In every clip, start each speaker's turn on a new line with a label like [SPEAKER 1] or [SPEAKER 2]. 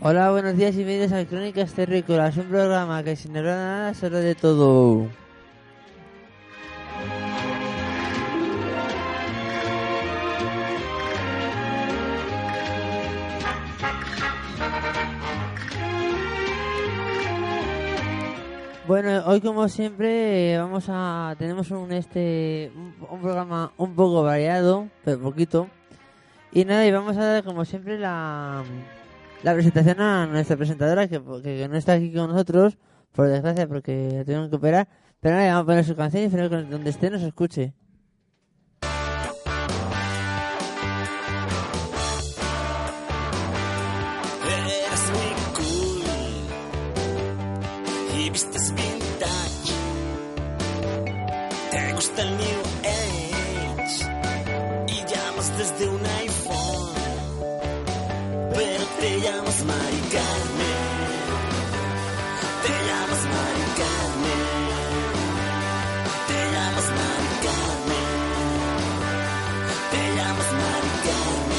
[SPEAKER 1] Hola, buenos días y bienvenidos a Crónicas Terrícolas, un programa que sin hablar nada se habla de todo. Bueno, hoy como siempre eh, vamos a tenemos un este un, un programa un poco variado, pero poquito. Y nada, y vamos a dar como siempre la la presentación a nuestra presentadora que, que- que no está aquí con nosotros, por desgracia, porque la tuvieron que operar. Pero nada, vamos a poner su canción y espero que donde esté nos escuche.
[SPEAKER 2] Eres muy cool y vistes vintage. Te gusta el New Age y llamas desde un iPhone, pero te llamas Mari Carmen. Te llamas Mari Carmen. Te llamas Mari Carmen. Te llamas Mari Carmen.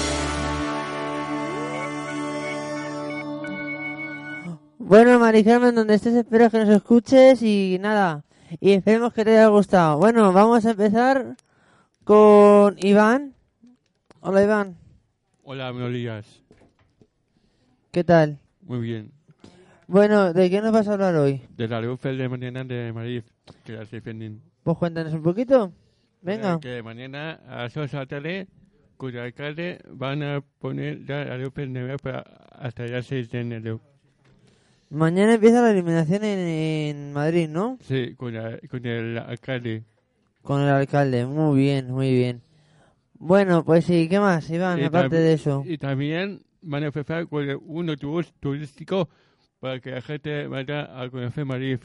[SPEAKER 1] Bueno, Mari Carmen, donde estés, espero que nos escuches y nada. Y esperemos que te haya gustado. Bueno, vamos a empezar con Iván. Hola, Iván.
[SPEAKER 3] Hola, buenos días.
[SPEAKER 1] ¿Qué tal?
[SPEAKER 3] Muy bien.
[SPEAKER 1] Bueno, ¿de qué nos vas a hablar hoy?
[SPEAKER 3] De la Rufel de mañana de Madrid, que la estoy pendiente.
[SPEAKER 1] Pues cuéntanos un poquito. Venga.
[SPEAKER 3] Eh, Que mañana a las 8 de la tarde, cuyo alcalde van a poner ya la Rufel de para hasta ya 6 de enero.
[SPEAKER 1] Mañana empieza la eliminación en, en Madrid, ¿no?
[SPEAKER 3] Sí, con, la- con el alcalde.
[SPEAKER 1] Con el alcalde, muy bien, muy bien. Bueno, pues sí, ¿qué más, Iván?
[SPEAKER 3] Y
[SPEAKER 1] aparte
[SPEAKER 3] tam-
[SPEAKER 1] de eso.
[SPEAKER 3] Y también van a empezar con el- un autobús turístico para que la gente vaya a conocer Madrid.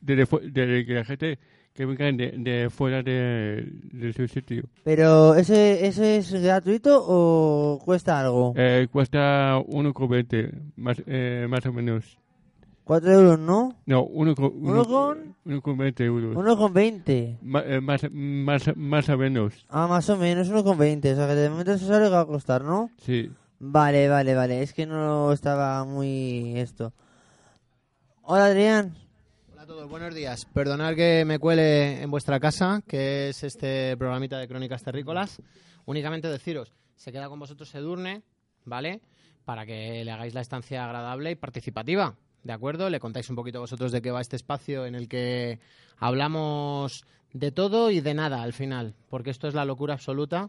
[SPEAKER 3] Desde, fu- desde que la gente que venga de, de fuera de, de su sitio.
[SPEAKER 1] Pero, ¿eso, ¿eso es gratuito o cuesta algo?
[SPEAKER 3] Eh, cuesta 1,20, más, eh, más o menos.
[SPEAKER 1] Cuatro euros, ¿no?
[SPEAKER 3] No, 1,20
[SPEAKER 1] ¿Uno con?
[SPEAKER 3] euros.
[SPEAKER 1] Uno con veinte.
[SPEAKER 3] Ma- eh, más, más, más o menos,
[SPEAKER 1] Ah, más o menos, uno con veinte. O sea, que de momento eso sabe lo que va a costar, ¿no?
[SPEAKER 3] sí.
[SPEAKER 1] Vale, vale, vale. Es que no estaba muy esto. Hola, Adrián.
[SPEAKER 4] Hola a todos, buenos días. Perdonad que me cuele en vuestra casa, que es este programita de Crónicas Terrícolas. Únicamente deciros, se queda con vosotros Edurne, ¿vale? Para que le hagáis la estancia agradable y participativa, ¿de acuerdo? Le contáis un poquito vosotros de qué va este espacio en el que hablamos de todo y de nada al final, porque esto es la locura absoluta.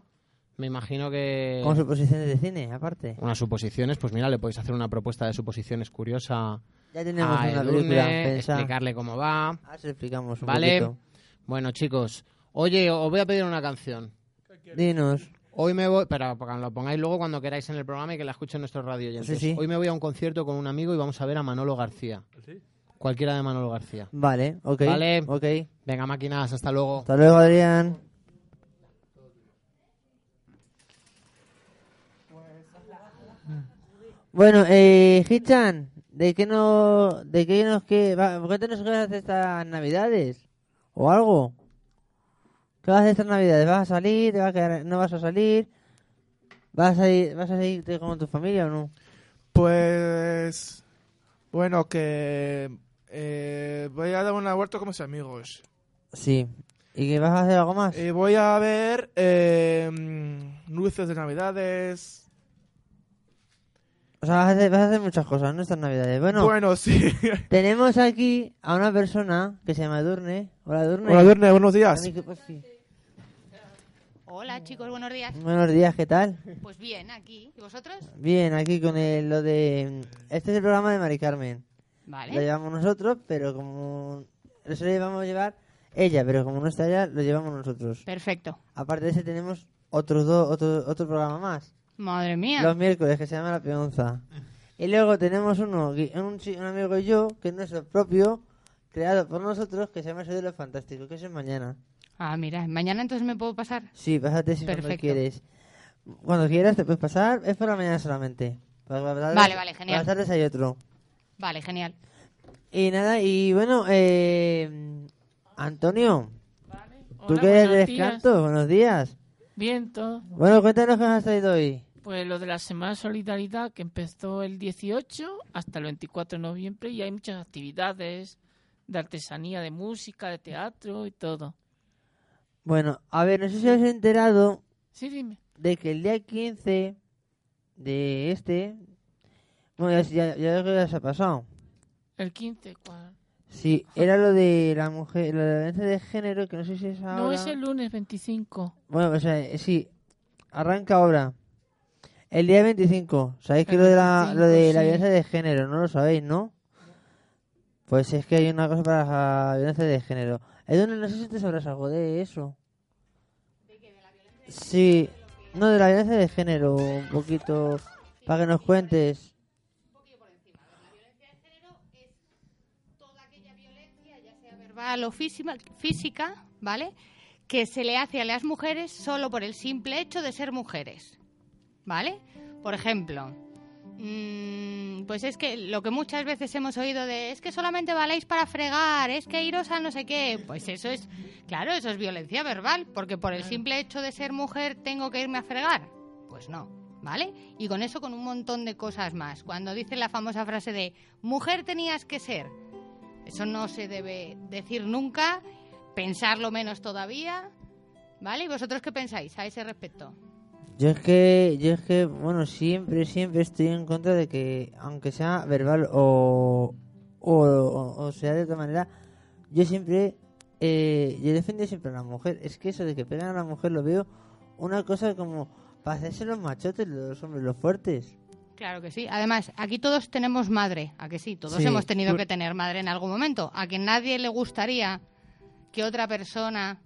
[SPEAKER 4] Me imagino que...
[SPEAKER 1] Con suposiciones de cine, aparte.
[SPEAKER 4] Unas suposiciones, pues mira, le podéis hacer una propuesta de suposiciones curiosa
[SPEAKER 1] Ya tenemos
[SPEAKER 4] a
[SPEAKER 1] una
[SPEAKER 4] Edurne,
[SPEAKER 1] película pensada.
[SPEAKER 4] Ah, explicarle cómo va,
[SPEAKER 1] Ahora se lo explicamos un
[SPEAKER 4] Vale.
[SPEAKER 1] poquito.
[SPEAKER 4] Bueno, chicos, oye, os voy a pedir una canción.
[SPEAKER 1] Dinos.
[SPEAKER 4] Hoy me voy, pero para que lo pongáis luego cuando queráis en el programa y que la escuchen nuestros radio oyentes.
[SPEAKER 1] Sí, sí.
[SPEAKER 4] Hoy me voy a un concierto con un amigo y vamos a ver a Manolo García. Cualquiera de Manolo García.
[SPEAKER 1] Vale, ok.
[SPEAKER 4] Vale.
[SPEAKER 1] Ok.
[SPEAKER 4] Venga, máquinas, hasta luego.
[SPEAKER 1] Hasta luego, Adrián. Bueno, eh, Hichan, ¿de qué no, de qué nos que, va, cuéntanos qué vas a hacer estas navidades o algo? ¿Qué vas a hacer estas navidades? ¿Vas a salir? ¿Te vas a quedar- ¿No vas a salir? ¿Vas a ir, vas a irte con tu familia o no?
[SPEAKER 5] Pues. Bueno, que. eh, voy a dar una vuelta con mis amigos.
[SPEAKER 1] Sí. ¿Y que vas a hacer algo más?
[SPEAKER 5] Eh, voy a ver. eh, mm, luces de Navidades.
[SPEAKER 1] O sea, vas a, hacer, vas a hacer muchas cosas, ¿no? Estas navidades. Bueno,
[SPEAKER 5] Bueno, sí.
[SPEAKER 1] Tenemos aquí a una persona que se llama Durne. Hola, Durne.
[SPEAKER 5] Hola, Edurne, buenos días.
[SPEAKER 1] Ay, qué posi-
[SPEAKER 6] Hola chicos, buenos días.
[SPEAKER 1] Buenos días, ¿qué tal?
[SPEAKER 6] Pues bien, aquí. ¿Y vosotros?
[SPEAKER 1] Bien, aquí con el- lo de... Este es el programa de Mari Carmen.
[SPEAKER 6] Vale.
[SPEAKER 1] lo llevamos nosotros, pero como eso lo llevamos a llevar ella, pero como no está ella, lo llevamos nosotros.
[SPEAKER 6] Perfecto.
[SPEAKER 1] Aparte de ese tenemos otros dos, otro, otro programa más,
[SPEAKER 6] Madre mía.
[SPEAKER 1] los miércoles que se llama La Peonza. Y luego tenemos uno, que- un, chi- un amigo y yo, que es nuestro propio, creado por nosotros, que se llama Soy de los Fantásticos, que eso es mañana.
[SPEAKER 6] Ah, mira, mañana entonces me puedo pasar.
[SPEAKER 1] Sí, pásate si cuando
[SPEAKER 6] Perfecto.
[SPEAKER 1] quieres. Cuando quieras te puedes pasar, es por la mañana solamente. Por la tarde-
[SPEAKER 6] Vale, vale, genial.
[SPEAKER 1] Por las tardes hay otro.
[SPEAKER 6] Vale, genial.
[SPEAKER 1] Y nada, y bueno, eh, Antonio, ¿tú
[SPEAKER 7] Hola,
[SPEAKER 1] qué eres de
[SPEAKER 7] buenos días.
[SPEAKER 1] descanso? Buenos días.
[SPEAKER 7] Bien, todo.
[SPEAKER 1] Bueno, cuéntanos qué nos has traído hoy.
[SPEAKER 7] Pues lo de la Semana de Solidaridad que empezó el 18 hasta el 24 de noviembre y hay muchas actividades de artesanía, de música, de teatro y todo.
[SPEAKER 1] Bueno, a ver, no sé si os habéis enterado
[SPEAKER 7] Sí, dime.
[SPEAKER 1] de que el día 15 de este... Bueno, ya, ya, ya, ya se ha pasado.
[SPEAKER 7] El 15, ¿cuál?
[SPEAKER 1] Sí, era lo de la mujer, lo de la violencia de género, que no sé si es ahora...
[SPEAKER 7] No, es el lunes 25.
[SPEAKER 1] Bueno, o sea, eh, sí, arranca ahora. El día 25. ¿Sabéis que lo de la, lo de la
[SPEAKER 7] 25, sí.
[SPEAKER 1] violencia de género? No lo sabéis, ¿no? Pues es que hay una cosa para la violencia de género. Edwin, no sé si te sabrás algo de eso. Sí, no, de la violencia de género, un poquito, para que nos cuentes.
[SPEAKER 6] toda aquella violencia, ya sea verbal o física, física, ¿vale? Que se le hace a las mujeres solo por el simple hecho de ser mujeres, ¿vale? Por ejemplo, mm, pues es que lo que muchas veces hemos oído de es que solamente valéis para fregar, es que iros a no sé qué, pues eso es, claro, eso es violencia verbal, porque por el simple hecho de ser mujer tengo que irme a fregar, pues no. ¿Vale? Y con eso con un montón de cosas más. Cuando dicen la famosa frase de mujer tenías que ser, eso no se debe decir nunca, pensarlo menos todavía. ¿Vale? ¿Y vosotros qué pensáis a ese respecto?
[SPEAKER 1] Yo es que, yo es que, bueno, siempre, siempre estoy en contra de que, aunque sea verbal o, o, o- o sea de otra manera, yo siempre, eh, yo defiendo siempre a la mujer. Es que eso de que pegan a la mujer lo veo una cosa como para hacerse los machotes, los hombres, los fuertes.
[SPEAKER 6] Claro que sí. Además, aquí todos tenemos madre, a que sí, todos
[SPEAKER 1] Sí.
[SPEAKER 6] hemos tenido
[SPEAKER 1] Tú-
[SPEAKER 6] que tener madre en algún momento. A que nadie le gustaría que otra persona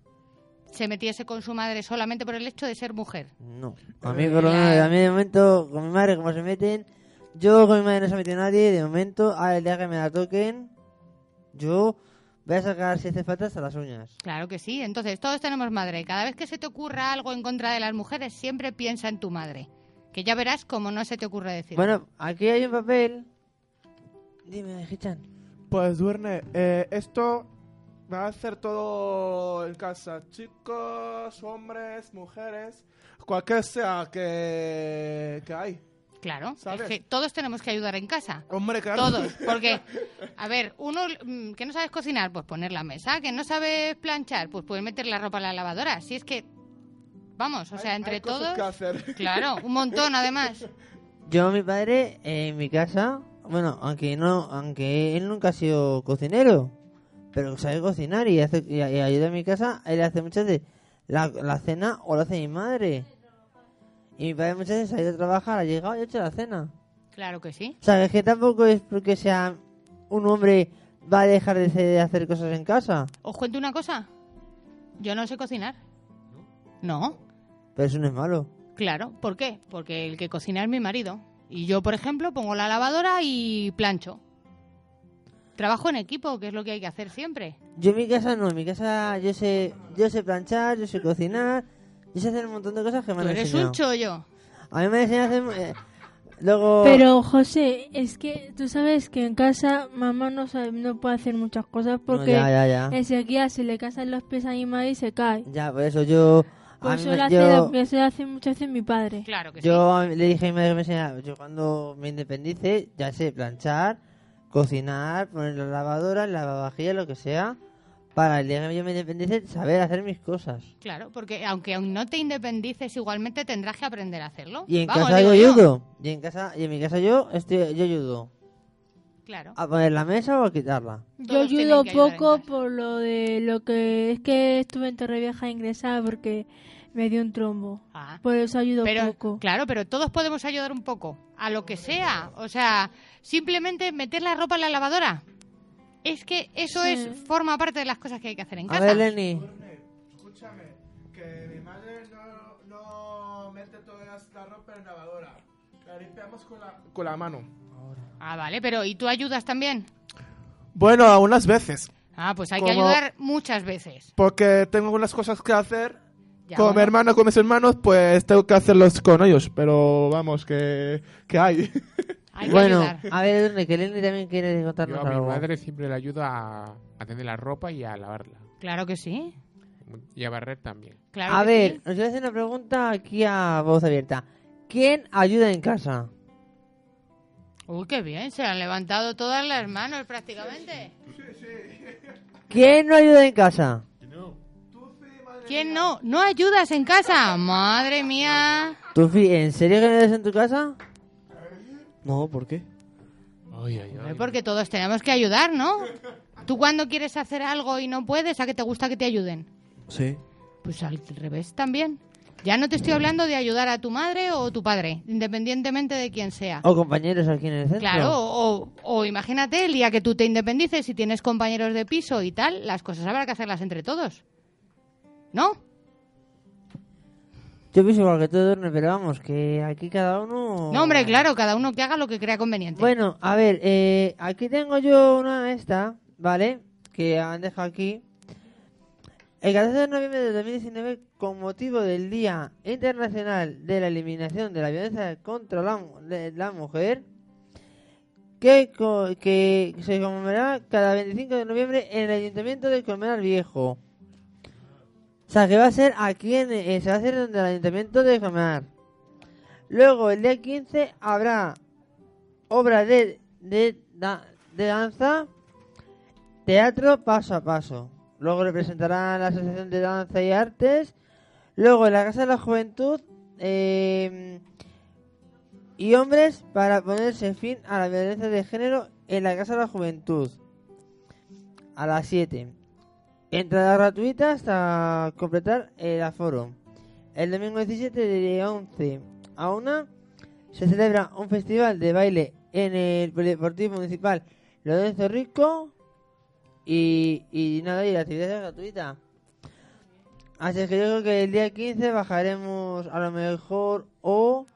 [SPEAKER 6] se metiese con su madre solamente por el hecho de ser mujer.
[SPEAKER 1] No. A mí, por lo menos, a mí de momento, con mi madre, como se meten, yo con mi madre no se ha metido nadie, de momento, ahora el día que me la toquen, yo voy a sacar, si hace falta, hasta las uñas.
[SPEAKER 6] Claro que sí. Entonces, todos tenemos madre. Cada vez que se te ocurra algo en contra de las mujeres, siempre piensa en tu madre. Que ya verás cómo no se te ocurre decir.
[SPEAKER 1] Bueno, aquí hay un papel. Dime, Gichan.
[SPEAKER 5] Pues Duerne, eh, esto va a hacer todo en casa. Chicos, hombres, mujeres, cualquier sea que, que hay.
[SPEAKER 6] Claro,
[SPEAKER 5] ¿Sabes?
[SPEAKER 6] es que todos tenemos que ayudar en casa.
[SPEAKER 5] Hombre, claro.
[SPEAKER 6] Todos, porque, a ver, uno mm, que no sabes cocinar, pues poner la mesa, que no sabes planchar, pues puedes meter la ropa en la lavadora. Si es que, vamos, o sea,
[SPEAKER 5] Hay-
[SPEAKER 6] entre
[SPEAKER 5] hay cosas
[SPEAKER 6] todos.
[SPEAKER 5] que hacer.
[SPEAKER 6] Claro, un montón además.
[SPEAKER 1] Yo, mi padre, eh, en mi casa, bueno, aunque no, aunque él nunca ha sido cocinero, pero sabe cocinar y, hace, y, y ayuda en mi casa, él hace muchas veces la, la cena o lo hace mi madre. Y mi padre muchas veces ha ido a trabajar, ha llegado y ha hecho la cena.
[SPEAKER 6] Claro que sí.
[SPEAKER 1] O sea, es que tampoco es porque sea un hombre va a dejar de, de hacer cosas en casa,
[SPEAKER 6] Os cuento una cosa. Yo no sé cocinar. No.
[SPEAKER 1] pero eso no es malo.
[SPEAKER 6] Claro, ¿por qué? Porque el que cocina es mi marido. Y yo, por ejemplo, pongo la lavadora y plancho. Trabajo en equipo, que es lo que hay que hacer siempre.
[SPEAKER 1] Yo en mi casa no, en mi casa yo sé, yo sé planchar, yo sé cocinar, yo sé hacer un montón de cosas que me
[SPEAKER 6] Tú
[SPEAKER 1] han
[SPEAKER 6] eres
[SPEAKER 1] enseñado.
[SPEAKER 6] un chollo.
[SPEAKER 1] A mí me han enseñado a hacer... eh, luego...
[SPEAKER 8] Pero José, es que tú sabes que en casa mamá no sabe, no puede hacer muchas cosas
[SPEAKER 1] No,
[SPEAKER 8] porque
[SPEAKER 1] ya, ya, ya.
[SPEAKER 8] enseguida se le casan los pies a mi madre y se cae.
[SPEAKER 1] Ya, por ah, pues eso pues yo...
[SPEAKER 8] Por
[SPEAKER 1] a mí
[SPEAKER 8] eso,
[SPEAKER 1] me-
[SPEAKER 8] lo hace,
[SPEAKER 1] yo,
[SPEAKER 8] por eso lo hace muchas veces mi padre.
[SPEAKER 6] Claro que sí.
[SPEAKER 1] yo a mí- le dije a mi madre que me enseñara, yo cuando me independice ya sé planchar, cocinar, poner la lavadora, el lavavajillas, lo que sea, para el día que yo me independice saber hacer mis cosas.
[SPEAKER 6] Claro, porque aunque aún no te independices, igualmente tendrás que aprender a hacerlo.
[SPEAKER 1] Y en
[SPEAKER 6] Vamos,
[SPEAKER 1] casa yo
[SPEAKER 6] digo
[SPEAKER 1] ayudo. Y en casa y en mi casa yo estoy yo ayudo
[SPEAKER 6] Claro.
[SPEAKER 1] a poner la mesa o a quitarla.
[SPEAKER 8] Yo
[SPEAKER 6] Todos tienen
[SPEAKER 8] ayudo
[SPEAKER 6] que ayudar en
[SPEAKER 8] poco
[SPEAKER 6] casa.
[SPEAKER 8] por lo de lo que es que estuve en Torrevieja ingresada porque me dio un trombo.
[SPEAKER 6] Ah,
[SPEAKER 8] Por eso ayudo
[SPEAKER 6] pero,
[SPEAKER 8] poco.
[SPEAKER 6] claro, pero todos podemos ayudar un poco, a lo que sea. O sea, Simplemente meter la ropa en la lavadora. Es que eso
[SPEAKER 8] Sí.
[SPEAKER 6] es forma parte de las cosas que hay que hacer en
[SPEAKER 1] A
[SPEAKER 6] casa.
[SPEAKER 1] ver, Lenny.
[SPEAKER 5] Urne, escúchame, que mi madre no, no mete toda la ropa en la lavadora. La limpiamos con la, con la mano.
[SPEAKER 6] Ah, vale, pero ¿y tú ayudas también?
[SPEAKER 5] Bueno, unas veces.
[SPEAKER 6] Ah, pues hay que
[SPEAKER 5] Como-
[SPEAKER 6] ayudar muchas veces.
[SPEAKER 5] Porque tengo unas cosas que hacer.
[SPEAKER 6] Ya,
[SPEAKER 5] con mi
[SPEAKER 6] bueno.
[SPEAKER 5] hermano, con mis hermanos, pues tengo que hacerlos con ellos. Pero vamos, que, que hay.
[SPEAKER 6] Hay que
[SPEAKER 1] Bueno,
[SPEAKER 6] ayudar.
[SPEAKER 1] a ver, Edurne, que Lenny también quiere
[SPEAKER 9] Yo
[SPEAKER 1] contarnos
[SPEAKER 9] a mi
[SPEAKER 1] algo.
[SPEAKER 9] madre siempre le ayudo a, a tender la ropa y a lavarla.
[SPEAKER 6] Claro que sí.
[SPEAKER 9] Y a barrer también.
[SPEAKER 6] Claro
[SPEAKER 1] A
[SPEAKER 6] que
[SPEAKER 1] ver,
[SPEAKER 6] sí.
[SPEAKER 1] os voy a hacer una pregunta aquí a voz abierta. ¿Quién ayuda en casa?
[SPEAKER 6] Uy, qué bien, se han levantado todas las manos prácticamente.
[SPEAKER 1] ¿Quién no ayuda en casa?
[SPEAKER 6] ¿Quién no? ¿No ayudas en casa? Madre mía.
[SPEAKER 1] Tufi, ¿en serio que no ayudas en tu casa? No, ¿por qué?
[SPEAKER 9] Ay, ay,
[SPEAKER 6] Hombre, Eh, Porque todos tenemos que ayudar, ¿no? Tú cuando quieres hacer algo y no puedes, ¿a qué te gusta que te ayuden?
[SPEAKER 10] Sí.
[SPEAKER 6] Pues al revés también. Ya no te estoy hablando de ayudar a tu madre o tu padre, independientemente de quién sea.
[SPEAKER 1] ¿O compañeros aquí en el centro?
[SPEAKER 6] Claro, o, o imagínate el día que tú te independices y tienes compañeros de piso y tal, las cosas habrá que hacerlas entre todos. ¿No?
[SPEAKER 1] Yo pienso igual que tú, Edurne, pero vamos, que aquí cada uno...
[SPEAKER 6] No, hombre, claro, cada uno que haga lo que crea conveniente.
[SPEAKER 1] Bueno, a ver, eh, aquí tengo yo una esta, ¿vale? Que han dejado aquí. El 14 de noviembre de 2019, con motivo del Día Internacional de la Eliminación de la Violencia contra la, mu- de la Mujer, que, co- que se conmemorará cada 25 de noviembre en el Ayuntamiento de Colmenar Viejo. O sea, que va a ser aquí en... eh, se va a hacer en el Ayuntamiento de Colmenar. Luego, el día 15 habrá obra de, de, da- de danza, teatro paso a paso. Luego representarán la Asociación de Danza y Artes. Luego en la Casa de la Juventud eh, y hombres para ponerse fin a la violencia de género en la Casa de la Juventud. A las 7. Entrada gratuita hasta completar el aforo. El domingo 17 de 11 a 1 se celebra un festival de baile en el Polideportivo Municipal Lorenzo Rico y, y nada, y la actividad es gratuita. Así es que yo creo que el día 15 bajaremos a lo mejor o,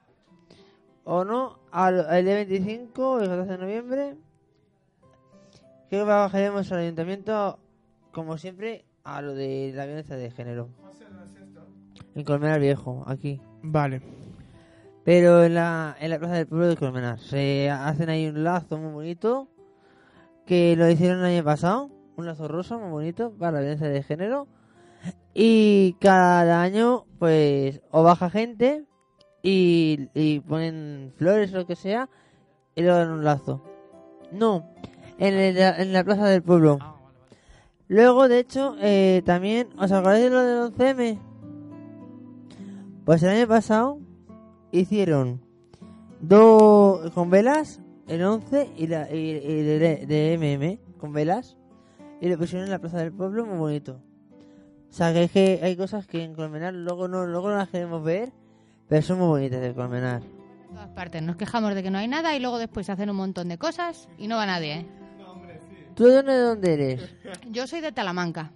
[SPEAKER 1] o no, al, el día 25, el 14 de noviembre. Creo que bajaremos al ayuntamiento, como siempre, a lo de la violencia de género. En Colmenar Viejo, aquí.
[SPEAKER 5] Vale.
[SPEAKER 1] Pero en la, en la plaza del pueblo de Colmenar se hacen ahí un lazo muy bonito que lo hicieron el año pasado, un lazo rosa muy bonito para la violencia de género. Y cada año, pues, o baja gente y, y ponen flores o lo que sea y luego dan un lazo. No, en, el- en la plaza del pueblo. Luego, de hecho, eh, también, ¿os acordáis de lo del 11M? Pues el año pasado, hicieron dos con velas, el 11 y, la, y, y de, de MM con velas, y lo pusieron en la plaza del pueblo muy bonito. O sea, que, es que hay cosas que en Colmenar luego no, luego no las queremos ver, pero son muy bonitas de Colmenar.
[SPEAKER 6] En todas partes nos quejamos de que no hay nada y luego después hacen un montón de cosas y no va nadie. ¿eh?
[SPEAKER 1] ¿Tú de dónde, de dónde eres?
[SPEAKER 6] Yo soy de Talamanca.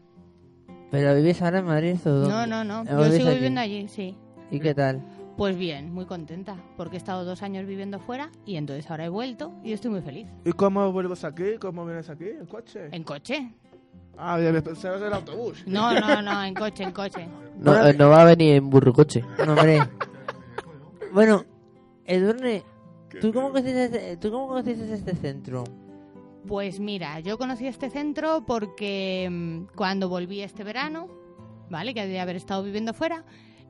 [SPEAKER 1] ¿Pero vivís ahora en Madrid o dónde?
[SPEAKER 6] No, no, no.
[SPEAKER 1] ¿O
[SPEAKER 6] Yo
[SPEAKER 1] vivís
[SPEAKER 6] sigo
[SPEAKER 1] aquí?
[SPEAKER 6] viviendo allí, sí.
[SPEAKER 1] ¿Y qué tal?
[SPEAKER 6] Pues bien, muy contenta, porque he estado dos años viviendo fuera y entonces ahora he vuelto y estoy muy feliz.
[SPEAKER 5] ¿Y cómo vuelves aquí? ¿Cómo vienes aquí? ¿En coche?
[SPEAKER 6] ¿En coche?
[SPEAKER 5] Ah, ya me pensabas en el autobús.
[SPEAKER 6] No, no, no, en coche, en coche.
[SPEAKER 10] No, eh, no va a venir en burrocoche.
[SPEAKER 1] No, hombre. bueno, Edurne, ¿tú cómo, conociste este- ¿tú cómo conociste este centro?
[SPEAKER 6] Pues mira, yo conocí este centro porque mm, cuando volví este verano, ¿vale? Que de haber estado viviendo fuera,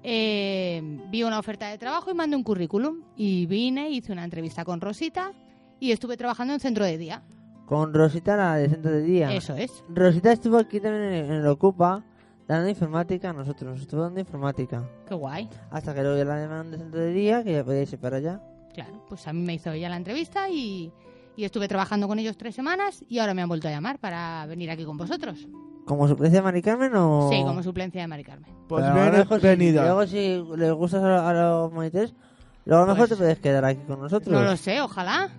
[SPEAKER 6] eh, vi una oferta de trabajo y mandé un currículum. Y vine, hice una entrevista con Rosita y estuve trabajando en centro de día.
[SPEAKER 1] Con Rosita, la de centro de día.
[SPEAKER 6] Eso es.
[SPEAKER 1] Rosita estuvo aquí también en, en el Ocupa dando informática a nosotros, estuvo dando informática.
[SPEAKER 6] Qué guay.
[SPEAKER 1] Hasta que luego ya la llamaron de centro de día, que ya podíais ir para allá.
[SPEAKER 6] Claro, pues a mí me hizo ella la entrevista y, y estuve trabajando con ellos tres semanas y ahora me han vuelto a llamar para venir aquí con vosotros.
[SPEAKER 1] ¿Como suplencia de Mari Carmen o...?
[SPEAKER 6] Sí, como suplencia de Mari Carmen.
[SPEAKER 5] Pues
[SPEAKER 1] Pero a lo mejor si-
[SPEAKER 5] bienvenida.
[SPEAKER 1] Luego si les gustas a, lo- a los monitores, luego a lo mejor
[SPEAKER 6] Pues-
[SPEAKER 1] te puedes quedar aquí con nosotros.
[SPEAKER 6] No lo sé, ojalá.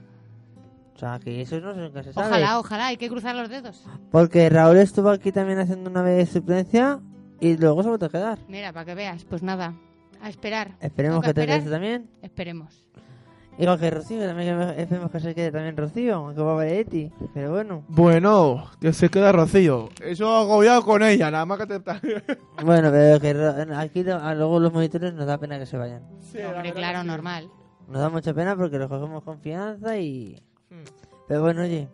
[SPEAKER 1] O sea, que eso no sé qué se sabe.
[SPEAKER 6] Ojalá, ojalá, hay que cruzar los dedos.
[SPEAKER 1] Porque Raúl estuvo aquí también haciendo una vez suplencia y luego se va a quedar.
[SPEAKER 6] Mira, para que veas, pues nada, a esperar.
[SPEAKER 1] Esperemos
[SPEAKER 6] Toca
[SPEAKER 1] que te
[SPEAKER 6] esperar.
[SPEAKER 1] quedes también.
[SPEAKER 6] Esperemos.
[SPEAKER 1] Igual que Rocío, que también que- esperemos que se quede también Rocío, que va a ver Eti. Pero bueno.
[SPEAKER 5] Bueno, que se queda Rocío. Eso agobiado con ella, nada más que te...
[SPEAKER 1] Bueno, pero que Ro- aquí lo- a- luego los monitores nos da pena que se vayan.
[SPEAKER 6] Hombre, claro, normal.
[SPEAKER 1] Nos da mucha pena porque los cogemos confianza y... Pero bueno, oye.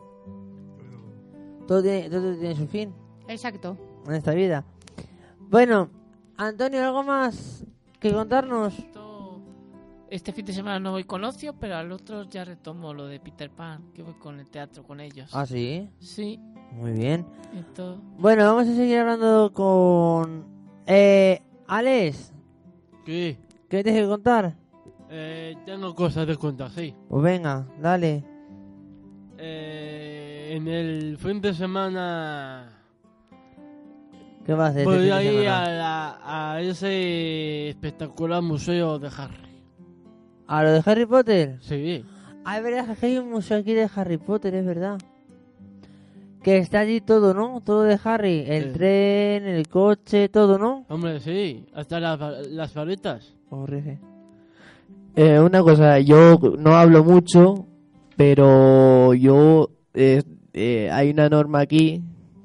[SPEAKER 1] Todo tiene, todo tiene su fin
[SPEAKER 6] Exacto.
[SPEAKER 1] en esta vida. Bueno, Antonio, ¿algo más que contarnos?
[SPEAKER 7] Este fin de semana no voy con Ocio, pero al otro ya retomo lo de Peter Pan, que voy con el teatro con ellos.
[SPEAKER 1] ¿Ah, sí?
[SPEAKER 7] Sí.
[SPEAKER 1] Muy bien.
[SPEAKER 7] Esto-
[SPEAKER 1] Bueno, vamos a seguir hablando con... Eh, Alex,
[SPEAKER 11] ¿Qué?
[SPEAKER 1] ¿qué tienes que contar?
[SPEAKER 11] Eh, tengo cosas de contar, sí.
[SPEAKER 1] Pues venga, dale.
[SPEAKER 11] Eh, en el fin de semana
[SPEAKER 1] ¿Qué vas a hacer? este
[SPEAKER 11] voy
[SPEAKER 1] fin de
[SPEAKER 11] a ir
[SPEAKER 1] semana?
[SPEAKER 11] Pues a, la- a ese espectacular museo de Harry.
[SPEAKER 1] ¿A lo de Harry Potter?
[SPEAKER 11] Sí.
[SPEAKER 1] Ah, es verdad que hay un museo aquí de Harry Potter, es verdad. Que está allí todo, ¿no? Todo de Harry. El
[SPEAKER 11] Sí.
[SPEAKER 1] tren, el coche, todo, ¿no?
[SPEAKER 11] Hombre, sí, hasta las, va- las varitas.
[SPEAKER 1] Horrible.
[SPEAKER 10] Eh, una cosa, yo no hablo mucho, pero yo eh, eh, hay una norma aquí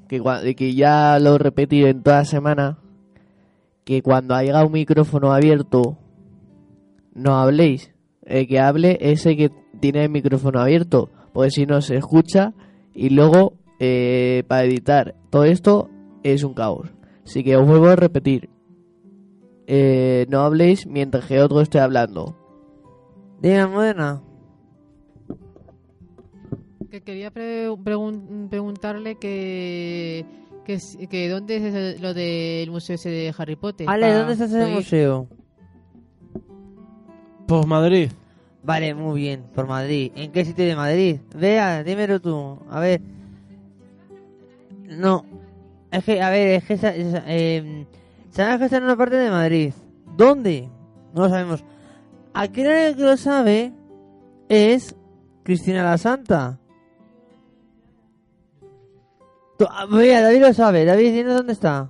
[SPEAKER 10] que, cua- que ya lo he repetido en toda semana, que cuando haya un micrófono abierto no habléis, el que hable ese que tiene el micrófono abierto, porque si no se escucha y luego eh, para editar todo esto es un caos. Así que os vuelvo a repetir, eh, no habléis mientras que otro esté hablando.
[SPEAKER 1] Dime, Modena.
[SPEAKER 12] Que quería pre- pregun- preguntarle que, que, si- que dónde es eso- lo del museo ese de Harry Potter.
[SPEAKER 1] Ale,
[SPEAKER 12] pa-
[SPEAKER 1] ¿dónde está ese
[SPEAKER 12] pa ir.
[SPEAKER 1] museo?
[SPEAKER 11] Por Madrid.
[SPEAKER 1] Vale, muy bien, por Madrid. ¿En qué sitio de Madrid? Vea, dímelo tú. A ver. No. Es que, a ver, es que... esa- esa- eh, sabemos que está en una parte de Madrid. ¿Dónde? No lo sabemos. Aquí la única que lo sabe es Cristina la Santa. To- ah, Mira, David lo sabe. David, dinos dónde está.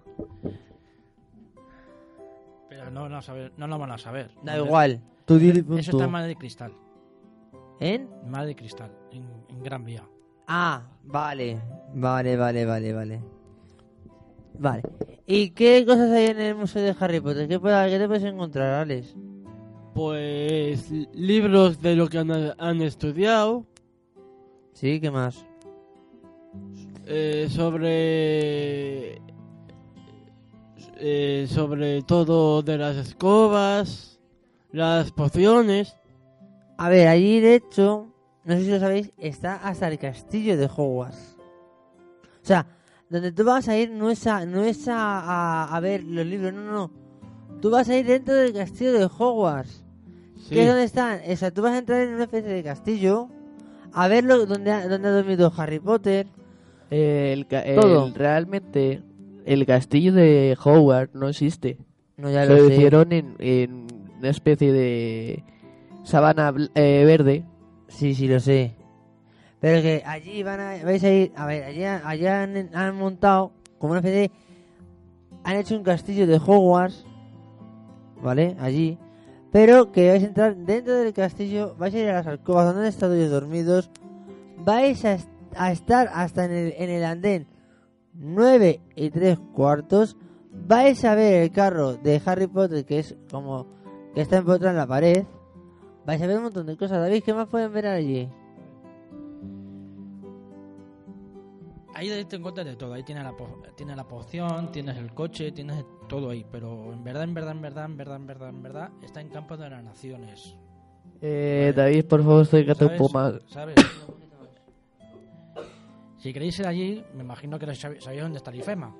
[SPEAKER 13] Pero no, no, saber- no lo van a saber.
[SPEAKER 1] Da igual, tú dile
[SPEAKER 13] Eso
[SPEAKER 1] punto.
[SPEAKER 13] está en Madre de Cristal.
[SPEAKER 1] ¿En?
[SPEAKER 13] Madre de Cristal, en, en Gran Vía.
[SPEAKER 1] Ah, vale. Vale, vale, vale, vale. Vale. ¿Y qué cosas hay en el Museo de Harry Potter? ¿Qué, pueda- qué te puedes encontrar, Alex?
[SPEAKER 11] Pues libros de lo que han, han estudiado.
[SPEAKER 1] Sí, ¿qué más?
[SPEAKER 11] eh, sobre eh, sobre todo de las escobas, las pociones.
[SPEAKER 1] A ver, allí de hecho, no sé si lo sabéis, está hasta el castillo de Hogwarts. O sea, donde tú vas a ir no es a, no es a, a- a ver los libros, no, no, no. Tú vas a ir dentro del castillo de Hogwarts.
[SPEAKER 11] Sí.
[SPEAKER 1] ¿Qué es donde están? O sea, tú vas a entrar en una especie de castillo a ver lo, donde, ha, donde ha dormido Harry Potter.
[SPEAKER 10] Eh, el, ca- el-
[SPEAKER 1] Todo.
[SPEAKER 10] realmente el castillo de Howard no existe.
[SPEAKER 1] No, ya
[SPEAKER 10] Se
[SPEAKER 1] lo sé.
[SPEAKER 10] hicieron en, en una especie de sabana bl- eh, verde.
[SPEAKER 1] Sí, sí, lo sé. Pero que allí van a, vais a ir, a ver, allá, allá han, han montado como una especie de, han hecho un castillo de Hogwarts, ¿vale? Allí. Pero que vais a entrar dentro del castillo, vais a ir a las alcobas donde han estado ellos dormidos, vais a, est- a estar hasta en el, en el andén 9 y 3 cuartos, vais a ver el carro de Harry Potter que es como, que está empotrado en la pared, vais a ver un montón de cosas, David, ¿qué más pueden ver allí?
[SPEAKER 13] Ahí te encuentras de todo. Ahí tienes la, po- tienes la poción, tienes el coche, tienes todo ahí. Pero en verdad, en verdad, en verdad, en verdad, en verdad, en verdad, está en Campo de las Naciones.
[SPEAKER 10] Eh, David, por favor, acércate un
[SPEAKER 13] ¿Sabes?
[SPEAKER 10] poco más.
[SPEAKER 13] ¿Sabes? si queréis ir allí, me imagino que sab- sabéis dónde está el IFEMA.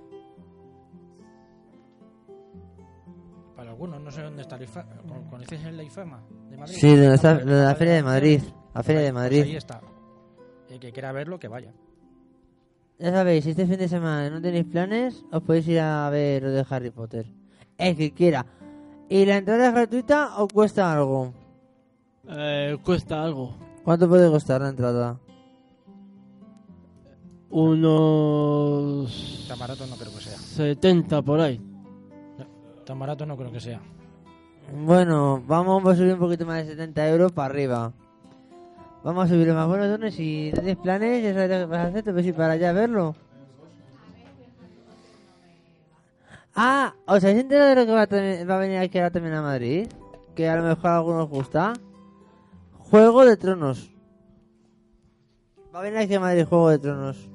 [SPEAKER 13] Para algunos, no sé dónde está el IFEMA. ¿Conocéis el IFEMA de Madrid?
[SPEAKER 1] Sí, de la, esta- de la Feria de Madrid. La Feria de
[SPEAKER 13] Pues ahí
[SPEAKER 1] Madrid.
[SPEAKER 13] está. El que quiera verlo, que vaya.
[SPEAKER 1] Ya sabéis, si este fin de semana no tenéis planes, os podéis ir a ver lo de Harry Potter. El que quiera. ¿Y la entrada es gratuita o cuesta algo?
[SPEAKER 11] Eh, cuesta algo.
[SPEAKER 1] ¿Cuánto puede costar la entrada?
[SPEAKER 11] unos.
[SPEAKER 13] Tan barato no creo que sea.
[SPEAKER 11] 70 por ahí.
[SPEAKER 13] Tan barato no creo que sea.
[SPEAKER 1] Bueno, vamos a subir un poquito más de 70 euros para arriba. Vamos a subir más. Bueno, Tony, si no tienes planes, ya sabes lo que vas a hacer, te puedes ir para allá a verlo. Ah, ¿os habéis enterado de lo que va a, tener- va a venir aquí ahora también a Madrid? Que a lo mejor a algunos gusta. Juego de Tronos. Va a venir aquí a Madrid Juego de Tronos.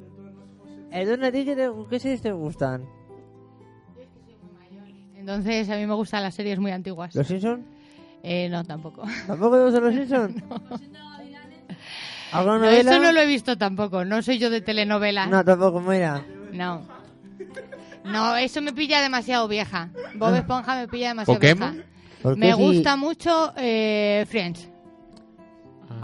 [SPEAKER 1] Edurne, ¿a ti qué, te- qué series te gustan?
[SPEAKER 6] Entonces, a mí me gustan las series muy antiguas.
[SPEAKER 1] ¿Los Simpsons?
[SPEAKER 6] Eh, no, tampoco.
[SPEAKER 1] ¿Tampoco te gustan los Simpsons? ¿Alguna
[SPEAKER 6] No, eso
[SPEAKER 1] novela?
[SPEAKER 6] no lo he visto tampoco. No soy yo de telenovelas.
[SPEAKER 1] No, tampoco, mira.
[SPEAKER 6] No. No, eso me pilla demasiado vieja. Bob Esponja me pilla demasiado
[SPEAKER 1] ¿Pokémon?
[SPEAKER 6] vieja.
[SPEAKER 1] Ah. ¿Por qué
[SPEAKER 6] Me
[SPEAKER 1] si-
[SPEAKER 6] gusta mucho eh, Friends,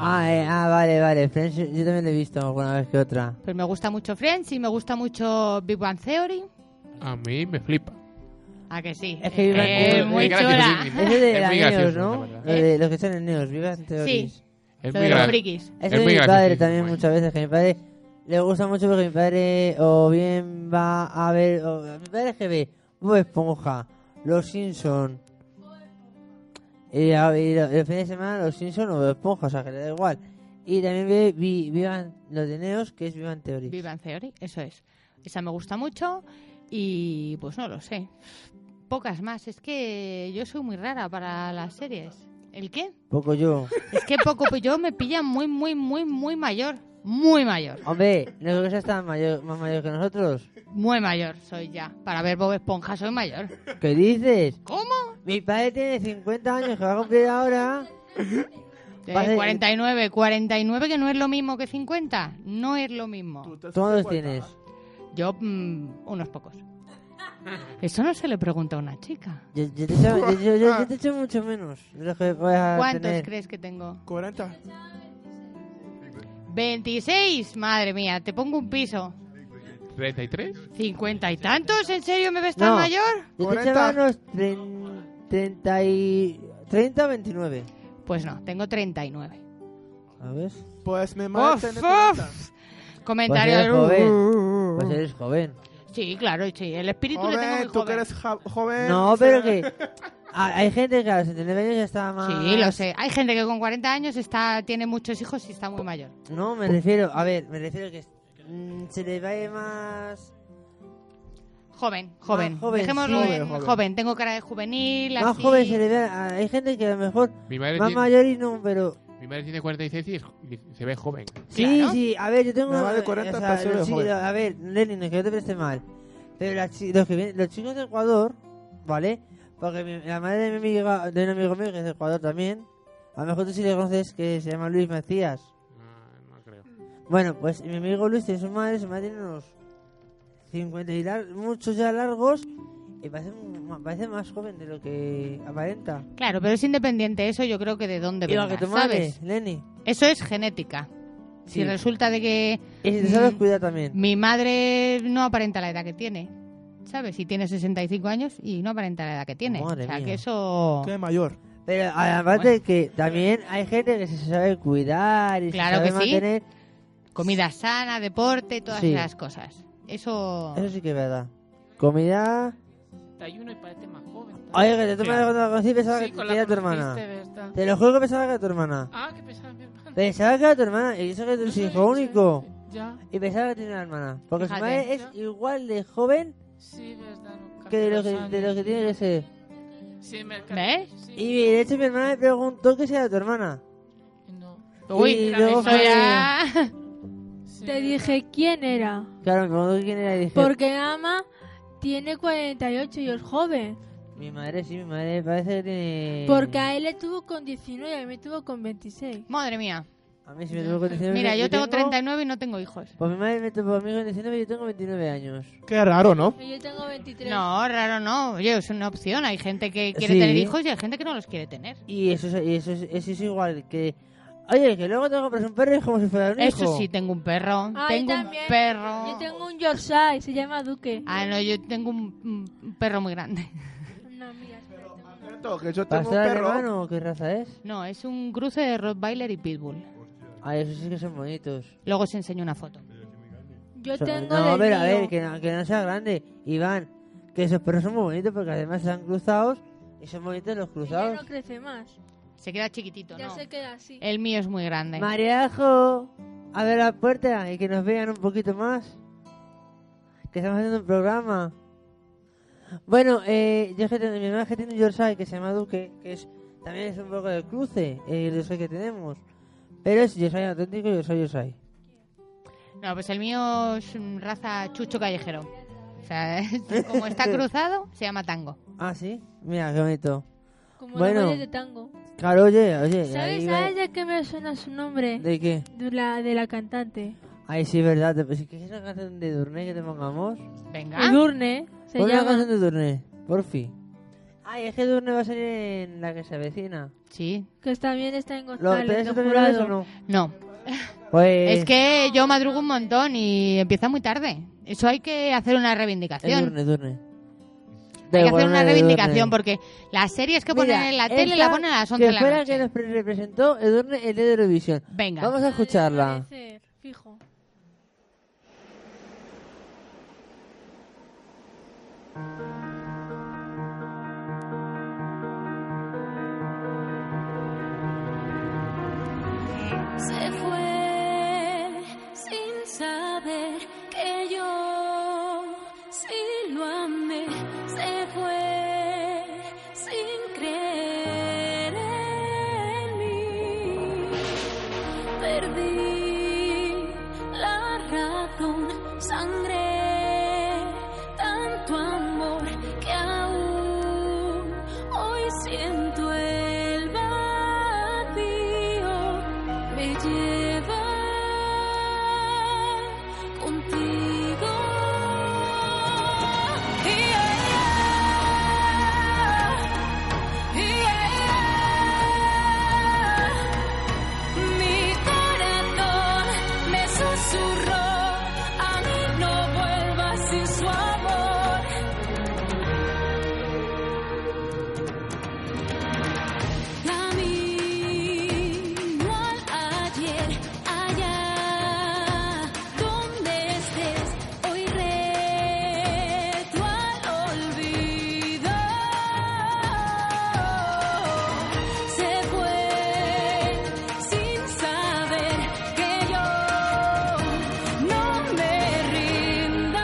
[SPEAKER 1] Ah, eh, ah, vale, vale. Friends, yo también lo he visto alguna vez que otra.
[SPEAKER 6] pero Pues me gusta mucho Friends y me gusta mucho Big Bang Theory.
[SPEAKER 9] A mí me flipa.
[SPEAKER 6] ¿A que sí?
[SPEAKER 1] Es que Big Bang
[SPEAKER 6] Eh,
[SPEAKER 1] Theory-
[SPEAKER 6] muy
[SPEAKER 9] Es gracioso,
[SPEAKER 6] chula. Eh,
[SPEAKER 9] es muy-
[SPEAKER 1] Ese de
[SPEAKER 9] es
[SPEAKER 1] la
[SPEAKER 9] muy
[SPEAKER 1] Neos,
[SPEAKER 9] gracioso, la
[SPEAKER 1] ¿no? Eh.
[SPEAKER 9] verdad. ¿Eh?
[SPEAKER 1] Lo de- los que están en Neos, vivan teorías.
[SPEAKER 9] Es
[SPEAKER 6] lo de los frikis.
[SPEAKER 1] Eso
[SPEAKER 9] Es
[SPEAKER 1] de
[SPEAKER 9] muy
[SPEAKER 1] mi
[SPEAKER 9] gracioso,
[SPEAKER 1] padre
[SPEAKER 9] es
[SPEAKER 1] también muchas veces, que a mi padre le gusta mucho porque mi padre o bien va a ver, o, a mi padre es que ve Bob Esponja, Los Simpson y, a- y lo- el fin de semana Los Simpson o Bob Esponja, o sea que le da igual. Y también ve vi- Vivan los de Neos, que es Vivan Theory.
[SPEAKER 6] Big Bang Theory, eso es. Esa me gusta mucho y pues no lo sé. Pocas más. Es que yo soy muy rara para las series. ¿El qué?
[SPEAKER 1] Poco yo.
[SPEAKER 6] Es que poco pues yo me pilla muy, muy, muy, muy mayor. Muy mayor.
[SPEAKER 1] Hombre, no creo que seas tan mayor, más mayor que nosotros.
[SPEAKER 6] Muy mayor soy ya. Para ver Bob Esponja soy mayor.
[SPEAKER 1] ¿Qué dices?
[SPEAKER 6] ¿Cómo?
[SPEAKER 1] Mi padre tiene 50 años que va a cumplir ahora.
[SPEAKER 6] Eh,
[SPEAKER 1] Va a ser-
[SPEAKER 6] 49, 49 que no es lo mismo que 50. No es lo mismo.
[SPEAKER 1] ¿Tú cuántos
[SPEAKER 6] pues
[SPEAKER 1] tienes?
[SPEAKER 6] Yo, mm, unos pocos. Eso no se le pregunta a una chica.
[SPEAKER 1] Yo, yo te echo, yo- yo- yo- yo te echo mucho menos de lo que voy a
[SPEAKER 6] ¿Cuántos
[SPEAKER 1] tener.
[SPEAKER 6] crees que tengo?
[SPEAKER 5] 40.
[SPEAKER 6] 26, madre mía, te pongo un piso.
[SPEAKER 9] ¿33?
[SPEAKER 6] ¿50 y tantos? ¿En serio me ves tan
[SPEAKER 1] No,
[SPEAKER 6] mayor?
[SPEAKER 5] Este
[SPEAKER 1] Yo te echaba unos 30 y... 30 29.
[SPEAKER 6] Pues no, tengo 39.
[SPEAKER 1] A ver.
[SPEAKER 5] Pues me
[SPEAKER 6] Uf,
[SPEAKER 5] matan.
[SPEAKER 6] uf. Comentario
[SPEAKER 1] Pues eres joven. Pues eres joven.
[SPEAKER 6] Sí, claro, sí. El espíritu le tengo muy
[SPEAKER 5] Joven, tú que
[SPEAKER 6] joven.
[SPEAKER 5] eres ja- joven.
[SPEAKER 1] No,
[SPEAKER 5] o sea,
[SPEAKER 1] pero que... ah, Hay gente que a los 79 años ya está más...
[SPEAKER 6] Sí, lo sé. Hay gente que con 40 años está tiene muchos hijos y está muy mayor.
[SPEAKER 1] No, me refiero... A ver, me refiero que mm, se les va a ir más...
[SPEAKER 6] Joven, joven.
[SPEAKER 1] Más joven, sí.
[SPEAKER 6] Dejémoslo en
[SPEAKER 1] Joven,
[SPEAKER 6] joven,
[SPEAKER 1] joven.
[SPEAKER 6] Tengo cara de juvenil,
[SPEAKER 1] Más
[SPEAKER 6] así.
[SPEAKER 1] joven se le ve... a- Hay gente que a lo mejor...
[SPEAKER 9] Mi madre
[SPEAKER 1] más
[SPEAKER 9] tiene-
[SPEAKER 1] mayor y no, pero...
[SPEAKER 9] Mi madre tiene 46 y, es- y se ve joven.
[SPEAKER 1] Sí, sí, a ver, yo tengo...
[SPEAKER 5] Me vale 40
[SPEAKER 1] o sea,
[SPEAKER 5] hasta
[SPEAKER 1] los
[SPEAKER 5] ser joven.
[SPEAKER 1] chi- A ver, Lenny, no es que yo te preste mal. Pero las chi- los, que vienen- los chicos de Ecuador, ¿vale? Porque mi- la madre de, mi amiga- de un amigo mío que es de Ecuador también, a lo mejor tú sí le conoces, que se llama Luis Macías. Bueno, pues mi amigo Luis tiene su madre, su madre tiene unos 50 y lar- muchos ya largos, y parece, un- parece más joven de lo que aparenta.
[SPEAKER 6] Claro, pero es independiente eso, yo creo que de dónde
[SPEAKER 1] Igual
[SPEAKER 6] venga,
[SPEAKER 1] que tu madre,
[SPEAKER 6] ¿sabes?
[SPEAKER 1] Lenny.
[SPEAKER 6] Eso es genética.
[SPEAKER 1] Sí.
[SPEAKER 6] Si resulta de que
[SPEAKER 1] Y si te sabes
[SPEAKER 6] mm,
[SPEAKER 1] cuidar también.
[SPEAKER 6] mi madre no aparenta la edad que tiene, ¿sabes? Si tiene 65 años y no aparenta la edad que tiene.
[SPEAKER 1] Madre
[SPEAKER 6] o sea,
[SPEAKER 1] mía.
[SPEAKER 6] que eso...
[SPEAKER 5] Qué mayor.
[SPEAKER 1] Pero aparte que también hay gente que se sabe cuidar y
[SPEAKER 6] Claro
[SPEAKER 1] se sabe
[SPEAKER 6] que sí.
[SPEAKER 1] mantener.
[SPEAKER 6] Comida sana, deporte, todas
[SPEAKER 1] Sí.
[SPEAKER 6] esas cosas. Eso...
[SPEAKER 1] Eso sí que es verdad. Comida.
[SPEAKER 7] 71 y parece más joven.
[SPEAKER 1] Oye, que te tomas
[SPEAKER 7] Sí.
[SPEAKER 1] cuando la conocí pensaba
[SPEAKER 7] Sí,
[SPEAKER 1] que
[SPEAKER 7] con
[SPEAKER 1] era
[SPEAKER 7] la
[SPEAKER 1] tu hermana.
[SPEAKER 7] conociste, ¿verdad?
[SPEAKER 1] Te lo juro que pensaba que era tu hermana.
[SPEAKER 7] Ah, que pensaba mi hermana.
[SPEAKER 1] Pensaba que era tu hermana y eso que es hijo único.
[SPEAKER 7] Ya.
[SPEAKER 1] Y pensaba que tenía una hermana. Porque su
[SPEAKER 7] Fíjate.
[SPEAKER 1] madre es igual de joven
[SPEAKER 7] Sí, verdad. no,
[SPEAKER 1] que de lo que,
[SPEAKER 7] cambió los
[SPEAKER 1] de lo que
[SPEAKER 7] años.
[SPEAKER 1] tiene que ser. ¿Eh?
[SPEAKER 7] Sí, me
[SPEAKER 6] ¿Ves?
[SPEAKER 1] Y de hecho mi hermana me preguntó que si era tu hermana.
[SPEAKER 6] Uy,
[SPEAKER 1] Y luego
[SPEAKER 6] eso
[SPEAKER 1] fue-
[SPEAKER 6] ya...
[SPEAKER 8] Te dije quién era.
[SPEAKER 1] Claro, me preguntó quién era y dije...
[SPEAKER 8] Porque ama tiene 48 y es joven.
[SPEAKER 1] Mi madre sí, mi madre parece que tiene...
[SPEAKER 8] Porque a él le tuvo con 19 y a mí me tuvo con 26.
[SPEAKER 6] Madre mía.
[SPEAKER 1] A mí sí me tuvo con 19
[SPEAKER 6] Mira, yo tengo
[SPEAKER 1] 30
[SPEAKER 6] 39 y no tengo hijos.
[SPEAKER 1] Pues mi madre me tuvo conmigo en 19 y yo tengo 29 años.
[SPEAKER 5] Qué raro, ¿no?
[SPEAKER 8] Yo tengo 23.
[SPEAKER 6] No, raro no. Oye, es una opción. Hay gente que quiere
[SPEAKER 1] Sí.
[SPEAKER 6] tener hijos y hay gente que no los quiere tener.
[SPEAKER 1] Y eso es, y eso es, eso es igual que... Oye, que luego te compras un perro y es como si fuera un hijo.
[SPEAKER 6] Eso sí, tengo un perro.
[SPEAKER 8] Ay,
[SPEAKER 6] tengo
[SPEAKER 8] también.
[SPEAKER 6] un perro.
[SPEAKER 8] Yo tengo un Yorkshire, se llama Duque.
[SPEAKER 6] Ah, no, yo tengo un, un perro muy grande.
[SPEAKER 8] No, mira, espera, tengo una-
[SPEAKER 5] Tanto que yo tengo un
[SPEAKER 1] ¿Pastor
[SPEAKER 5] perro.
[SPEAKER 1] alemán o qué raza es?
[SPEAKER 6] No, es un cruce de Rottweiler y Pitbull.
[SPEAKER 1] Ah, esos sí que son bonitos.
[SPEAKER 6] Luego os enseño una foto.
[SPEAKER 8] Yo
[SPEAKER 1] So-
[SPEAKER 8] tengo
[SPEAKER 1] No,
[SPEAKER 8] del
[SPEAKER 1] pero a
[SPEAKER 8] mío.
[SPEAKER 1] ver, que no, que no sea grande. Iván, que esos perros son muy bonitos porque además están cruzados y son bonitos los
[SPEAKER 8] Ya
[SPEAKER 1] cruzados.
[SPEAKER 8] no crece más.
[SPEAKER 6] Se queda chiquitito,
[SPEAKER 8] Ya
[SPEAKER 6] ¿no?
[SPEAKER 8] se queda así.
[SPEAKER 6] El mío es muy grande.
[SPEAKER 1] Mariajo, abre la puerta y que nos vean un poquito más. Que estamos haciendo un programa. Bueno, eh, yo es que tengo, mi hermana es que tiene un Yorkshire que se llama Duque, que es también es un poco de cruce, eh, el Yorkshire que tenemos. Pero es Yorkshire auténtico y Yorkshire Yorkshire.
[SPEAKER 6] No, pues el mío es mm, raza chucho callejero. O sea, es- como está cruzado, se llama tango.
[SPEAKER 1] Ah, sí, mira qué bonito.
[SPEAKER 8] Como
[SPEAKER 1] bueno,
[SPEAKER 8] la de tango.
[SPEAKER 1] claro, oye, oye.
[SPEAKER 8] ¿Sabes,
[SPEAKER 1] ahí va-
[SPEAKER 8] ¿Sabes de qué me suena su nombre?
[SPEAKER 1] ¿De qué?
[SPEAKER 8] De la, de la cantante.
[SPEAKER 1] Ay, sí, es verdad. te- pues, ¿Qué es la canción de Durné que te pongamos?
[SPEAKER 6] Venga.
[SPEAKER 8] Edurne se
[SPEAKER 1] Ponme la
[SPEAKER 8] llama.
[SPEAKER 1] canción de Durné, porfi. Ay, es que Durné va a salir en la que se avecina.
[SPEAKER 6] Sí.
[SPEAKER 8] Que también está en
[SPEAKER 1] ¿Lo
[SPEAKER 8] González.
[SPEAKER 1] tenés
[SPEAKER 8] lo
[SPEAKER 1] otra vez
[SPEAKER 8] jurado.
[SPEAKER 1] o no?
[SPEAKER 6] No.
[SPEAKER 1] Pues...
[SPEAKER 6] Es que yo madrugo un montón y empieza muy tarde. Eso hay que hacer una reivindicación.
[SPEAKER 1] Es Durne, Durne.
[SPEAKER 6] Hay que hacer una reivindicación porque las series que ponen en la tele la ponen a las 11 de
[SPEAKER 1] Que fue
[SPEAKER 6] la
[SPEAKER 1] la
[SPEAKER 6] noche.
[SPEAKER 1] que nos pre- representó Edurne el día de Eurovisión.
[SPEAKER 6] Venga.
[SPEAKER 1] Vamos a escucharla.
[SPEAKER 8] Ser, Fijo.
[SPEAKER 2] Se fue sin saber que yo sí lo amé. Se fue sin creer en mí. Perdí la razón, sangré tanto amor que aún hoy siento el vacío me lleva contigo. Yeah, yeah. Mi corazón me susurró, a mí no vuelvas sin su amor. Camino al ayer, allá donde estés, hoy reto al olvido. Se fue sin saber que yo no me rindo.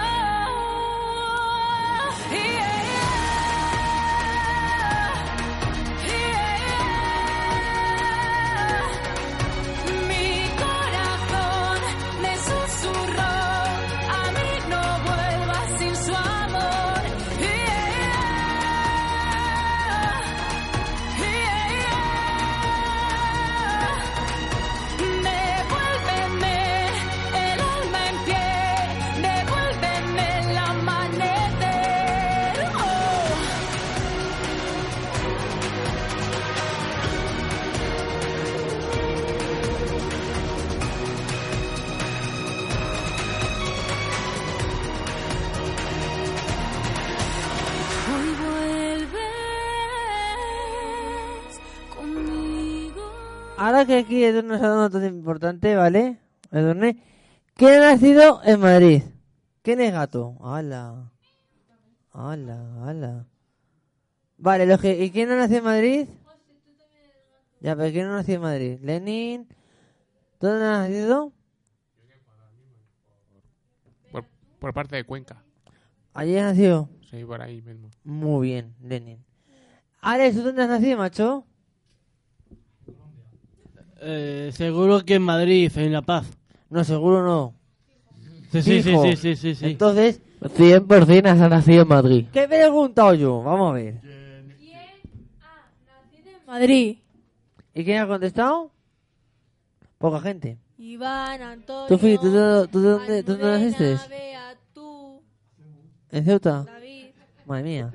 [SPEAKER 2] Mi corazón me susurró, a mí no vuelvas sin su amor. Yeah, yeah. Devuélveme el alma en pie, devuélveme el amanecer. Oh. Hoy vuelves conmigo.
[SPEAKER 1] Ahora que aquí Edurne nos ha dado un dato importante, ¿vale? Edurne. ¿Quién ha nacido en Madrid? ¿Quién es gato? ¡Hala! ¡Hala, hala! Vale, los que... ¿y quién ha nacido en Madrid? Ya, pero ¿quién no ha nacido en Madrid? Lenin. ¿Dónde ha nacido?
[SPEAKER 9] Por, por parte de Cuenca.
[SPEAKER 1] Allí ha nacido.
[SPEAKER 9] Sí, por ahí mismo.
[SPEAKER 1] Muy bien, Lenin. Alex, ¿tú dónde has nacido, macho?
[SPEAKER 11] Eh, seguro que en Madrid, en La Paz.
[SPEAKER 1] No, seguro no.
[SPEAKER 11] Sí, sí, sí,
[SPEAKER 1] Fijo.
[SPEAKER 11] sí, sí, sí, sí.
[SPEAKER 1] Entonces,
[SPEAKER 10] 100% has nacido en Madrid.
[SPEAKER 1] ¿qué he preguntado yo? pues Vamos a ver.
[SPEAKER 8] Madrid.
[SPEAKER 1] ¿Y quién ha contestado? Poca gente.
[SPEAKER 8] Iván, Antonio.
[SPEAKER 1] ¿Tú, Fi, tú, tú- tú- dónde, tú dónde naciste?
[SPEAKER 8] Bea, tú,
[SPEAKER 1] ¿En Ceuta?
[SPEAKER 8] David.
[SPEAKER 1] Madre mía.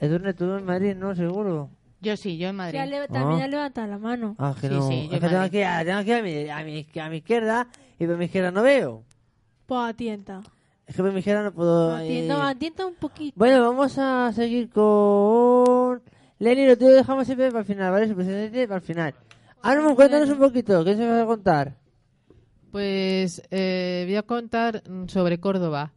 [SPEAKER 1] Edurne, tú en Madrid, ¿no? Seguro.
[SPEAKER 6] Yo sí, yo en Madrid.
[SPEAKER 8] Ya le- también ha levantado la mano.
[SPEAKER 1] Ah, que
[SPEAKER 6] Sí,
[SPEAKER 1] no.
[SPEAKER 6] sí, yo
[SPEAKER 1] es que
[SPEAKER 6] en
[SPEAKER 1] tengo
[SPEAKER 6] Madrid.
[SPEAKER 1] que ir a, tengo que ir a mi, a, mi, a mi izquierda y por mi izquierda no veo.
[SPEAKER 8] Pues atienta.
[SPEAKER 1] Es que por mi izquierda no puedo...
[SPEAKER 8] Atienta,
[SPEAKER 1] eh,
[SPEAKER 8] atienta un poquito.
[SPEAKER 1] Bueno, vamos a seguir con... Lenny, lo tuyo lo dejamos siempre para el final, ¿vale? Siempre para el final. Ahora, cuéntanos un poquito, ¿qué se va a contar?
[SPEAKER 12] Pues eh, voy a contar mm, sobre Córdoba,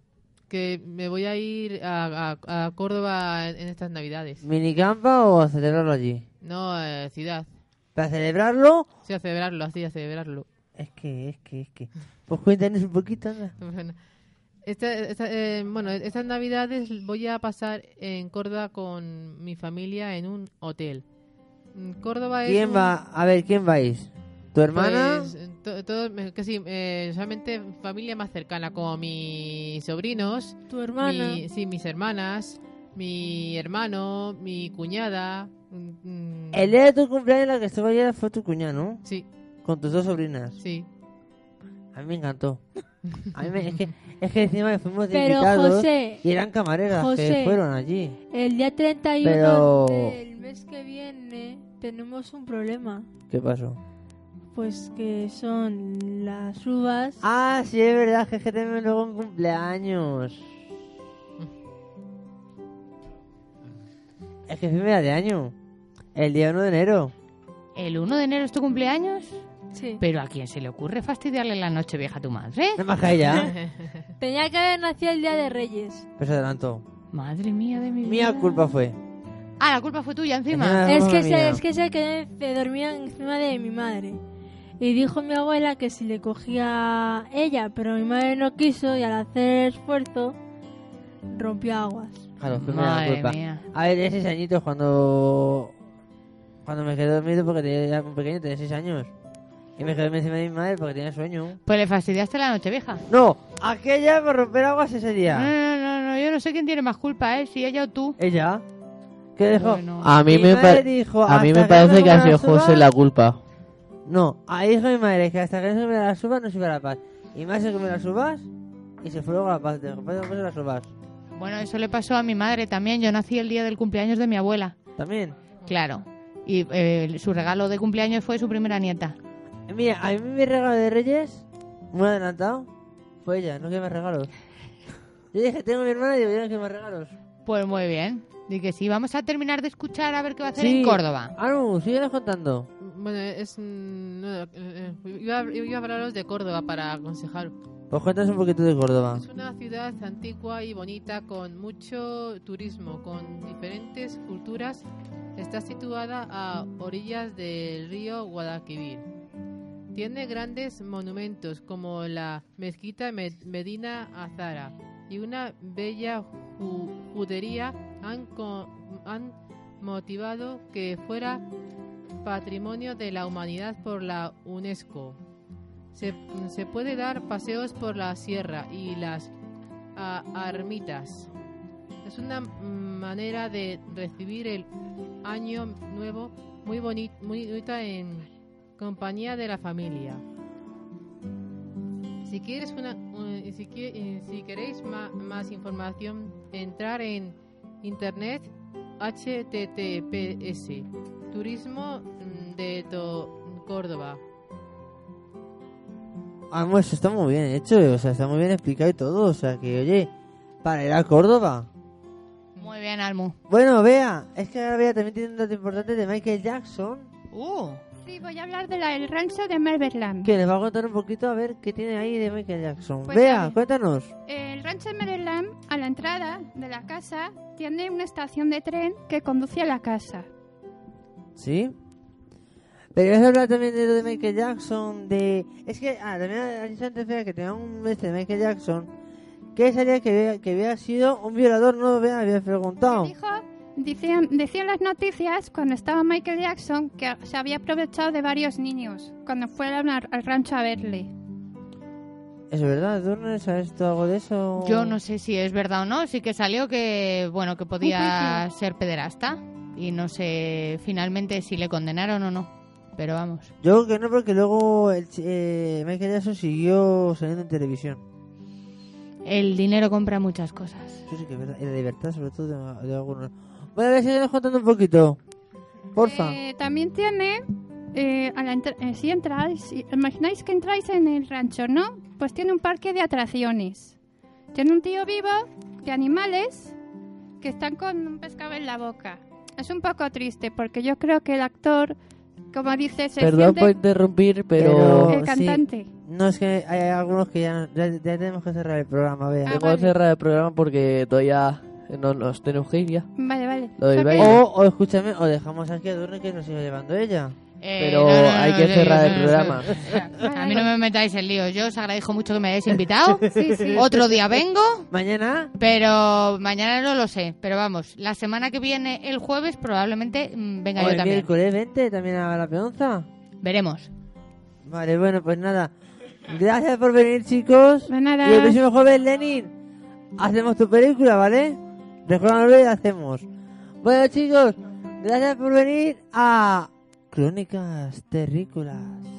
[SPEAKER 12] que me voy a ir a, a- a Córdoba en, en estas navidades.
[SPEAKER 1] ¿Minicampa o a celebrarlo allí?
[SPEAKER 12] No, eh, ciudad.
[SPEAKER 1] ¿Para celebrarlo?
[SPEAKER 12] Sí, a celebrarlo, así, a celebrarlo.
[SPEAKER 1] Es que, es que, es que. Pues cuéntanos un poquito, anda.
[SPEAKER 12] Bueno, esta- esta- eh, bueno, estas navidades voy a pasar en Córdoba con mi familia en un hotel. Mm, Córdoba es
[SPEAKER 1] ¿Quién
[SPEAKER 12] un-
[SPEAKER 1] va? A ver, ¿quién vais? ¿Tu hermana?
[SPEAKER 12] Pues, to- todo- me- que sí, eh, solamente familia más cercana, como mis sobrinos.
[SPEAKER 8] Tu hermana.
[SPEAKER 12] mi- sí, mis hermanas, mi hermano, mi cuñada. mm, mm,
[SPEAKER 1] El día de tu cumpleaños la que estuvo ayer fue tu cuñada, ¿no?
[SPEAKER 12] Sí.
[SPEAKER 1] Con tus dos sobrinas.
[SPEAKER 12] Sí.
[SPEAKER 1] A mí me encantó. A mí me- es, que, es que encima que fuimos de
[SPEAKER 8] Pero,
[SPEAKER 1] invitados
[SPEAKER 8] José,
[SPEAKER 1] y eran camareras
[SPEAKER 8] José,
[SPEAKER 1] que fueron allí.
[SPEAKER 8] El día 31
[SPEAKER 1] Pero-
[SPEAKER 8] del mes que viene tenemos un problema.
[SPEAKER 1] ¿Qué pasó?
[SPEAKER 8] Pues que son las uvas.
[SPEAKER 1] Ah, sí, es verdad, que es que tenemos luego un cumpleaños. Es que es primera de año. El día 1 de enero.
[SPEAKER 6] ¿El 1 de enero es tu cumpleaños?
[SPEAKER 8] Sí.
[SPEAKER 6] Pero ¿a quién se le ocurre fastidiarle la noche vieja a tu madre?
[SPEAKER 1] ¿No más que a ella?
[SPEAKER 2] Oh.
[SPEAKER 8] Tenía que haber nacido el día de Reyes.
[SPEAKER 1] Pues adelantó.
[SPEAKER 6] Madre mía de mi
[SPEAKER 1] Mía culpa fue.
[SPEAKER 6] Ah, la culpa fue tuya
[SPEAKER 1] Encima la
[SPEAKER 8] Es
[SPEAKER 1] culpa
[SPEAKER 8] que, se,
[SPEAKER 1] mía.
[SPEAKER 8] es que se quedó en- dormía encima de mi madre. Y dijo mi abuela que si le cogía ella, pero mi madre no quiso y al hacer esfuerzo rompió aguas.
[SPEAKER 1] Claro, fue mía la
[SPEAKER 6] Madre
[SPEAKER 1] culpa.
[SPEAKER 6] mía.
[SPEAKER 1] A ver, ese añitos cuando. Cuando me quedé dormido porque tenía ya un pequeño, tenía 6 años. Y me quedé encima de mi madre porque tenía sueño.
[SPEAKER 6] Pues le fastidiaste la noche vieja.
[SPEAKER 1] No, aquella por romper aguas ese
[SPEAKER 6] No,
[SPEAKER 1] día.
[SPEAKER 6] no, no, no, yo no sé quién tiene más culpa, ¿eh? Si ella o tú.
[SPEAKER 1] Ella. ¿Qué dejó?
[SPEAKER 10] A mí
[SPEAKER 1] Mi
[SPEAKER 10] me,
[SPEAKER 1] madre
[SPEAKER 10] pa-
[SPEAKER 1] dijo,
[SPEAKER 10] a
[SPEAKER 1] "Hasta
[SPEAKER 10] mí me
[SPEAKER 1] que no
[SPEAKER 10] parece que ha
[SPEAKER 1] comas
[SPEAKER 10] sido
[SPEAKER 1] las uvas,
[SPEAKER 10] José la culpa.
[SPEAKER 1] No, ahí dijo mi madre que hasta que no se me las subas no se me la paz. Y más que me las subas y se fue luego a la paz. De repente me las subas.
[SPEAKER 6] Bueno, eso le pasó a mi madre también. Yo nací el día del cumpleaños de mi abuela.
[SPEAKER 1] También.
[SPEAKER 6] Claro. Y eh, su regalo de cumpleaños fue su primera nieta.
[SPEAKER 1] Eh, Mira, a mí mi regalo de Reyes, muy adelantado, fue ella, no que me regalos. Yo dije, tengo mi hermana y digo, yo no que me regalos.
[SPEAKER 6] Pues muy bien. Di que sí, vamos a terminar de escuchar a ver qué va a hacer
[SPEAKER 1] Sí.
[SPEAKER 6] en Córdoba.
[SPEAKER 1] Anu, síguenos contando.
[SPEAKER 12] Bueno, es. mm, no, eh, eh, iba, a- iba a hablaros de Córdoba para aconsejar.
[SPEAKER 1] Pues cuéntanos un poquito de Córdoba.
[SPEAKER 12] Es una ciudad antigua y bonita con mucho turismo, con diferentes culturas. Está situada a orillas del río Guadalquivir. Tiene grandes monumentos como la mezquita Me- Medina Azara y una bella ju- judería han, co- han motivado que fuera Patrimonio de la Humanidad por la UNESCO. Se, se puede dar paseos por la sierra y las a- ermitas. Es una manera de recibir el año nuevo muy, boni- muy bonita en compañía de la familia. Si quieres una, un- si, qui- eh, si queréis ma- más información, entrar en internet https turismo mm, de To- Córdoba.
[SPEAKER 1] Ah, bueno, eso está muy bien hecho, o sea, está muy bien explicado y todo, o sea, que oye, para ir a Córdoba.
[SPEAKER 6] Muy bien, Almu.
[SPEAKER 1] Bueno, Bea, es que ahora Bea también tiene un dato importante de Michael Jackson,
[SPEAKER 14] Sí, voy a hablar del rancho de Merverland.
[SPEAKER 1] que les va a contar un poquito a ver qué tiene ahí de Michael Jackson.
[SPEAKER 14] Pues
[SPEAKER 1] Bea,
[SPEAKER 14] dale.
[SPEAKER 1] cuéntanos.
[SPEAKER 14] El rancho de Merverland, a la entrada de la casa, tiene una estación de tren que conduce a la casa.
[SPEAKER 1] ¿Sí? Pero has hablado también de lo de Michael Jackson, de... Es que, ah, también has dicho antes Bea, que tenía un este de Michael Jackson, que salía que había, que había sido un violador, ¿no? Bea, había preguntado.
[SPEAKER 14] Dijo, decían, decían las noticias cuando estaba Michael Jackson que se había aprovechado de varios niños cuando fueron a- al rancho a verle.
[SPEAKER 1] ¿Es verdad, Turner? ¿Sabes tú algo de eso?
[SPEAKER 6] Yo no sé si es verdad o no, sí que salió que, bueno, que podía ser pederasta y no sé finalmente si le condenaron o no, pero vamos.
[SPEAKER 1] Yo creo que no, porque luego el, ch- eh, Michael Jackson siguió saliendo en televisión.
[SPEAKER 6] El dinero compra muchas cosas.
[SPEAKER 1] Eso sí que es verdad. Y la libertad, sobre todo, de, de algunos. Bueno, a ver si nos contando un poquito. Porfa.
[SPEAKER 14] Eh, también tiene, eh, a la entra- eh, si entráis, si- imagináis que entráis en el rancho, ¿no? Pues tiene un parque de atracciones. Tiene un tío vivo de animales que están con un pescado en la boca. Es un poco triste porque yo creo que el actor, como dice, se
[SPEAKER 10] Perdón
[SPEAKER 14] siente
[SPEAKER 10] por interrumpir, pero...
[SPEAKER 14] el cantante.
[SPEAKER 1] No, es que hay algunos que ya, ya, ya tenemos que cerrar el programa, vea.
[SPEAKER 10] Tengo que cerrar el programa porque todavía no nos tenemos que ir ya.
[SPEAKER 14] Vale, vale.
[SPEAKER 10] Lo del baile.
[SPEAKER 1] O, o escúchame, o dejamos aquí a Durne que nos iba llevando ella.
[SPEAKER 10] Pero no, no, hay no, que no, cerrar el programa.
[SPEAKER 6] A mí no me metáis en lío. Yo os agradezco mucho que me hayáis invitado.
[SPEAKER 1] Sí, sí.
[SPEAKER 6] Otro día vengo.
[SPEAKER 1] ¿Mañana?
[SPEAKER 6] Pero mañana no lo sé. Pero vamos, la semana que viene, el jueves, probablemente mm, venga
[SPEAKER 1] O
[SPEAKER 6] yo
[SPEAKER 1] el
[SPEAKER 6] también.
[SPEAKER 1] miércoles 20 también a la peonza.
[SPEAKER 6] Veremos.
[SPEAKER 1] Vale, bueno, pues nada. Gracias por venir, chicos.
[SPEAKER 14] nada.
[SPEAKER 1] Y el próximo jueves, Lenin, hacemos tu película, ¿vale? Recuérdalo y la hacemos. Bueno, chicos, gracias por venir a Crónicas Terrícolas.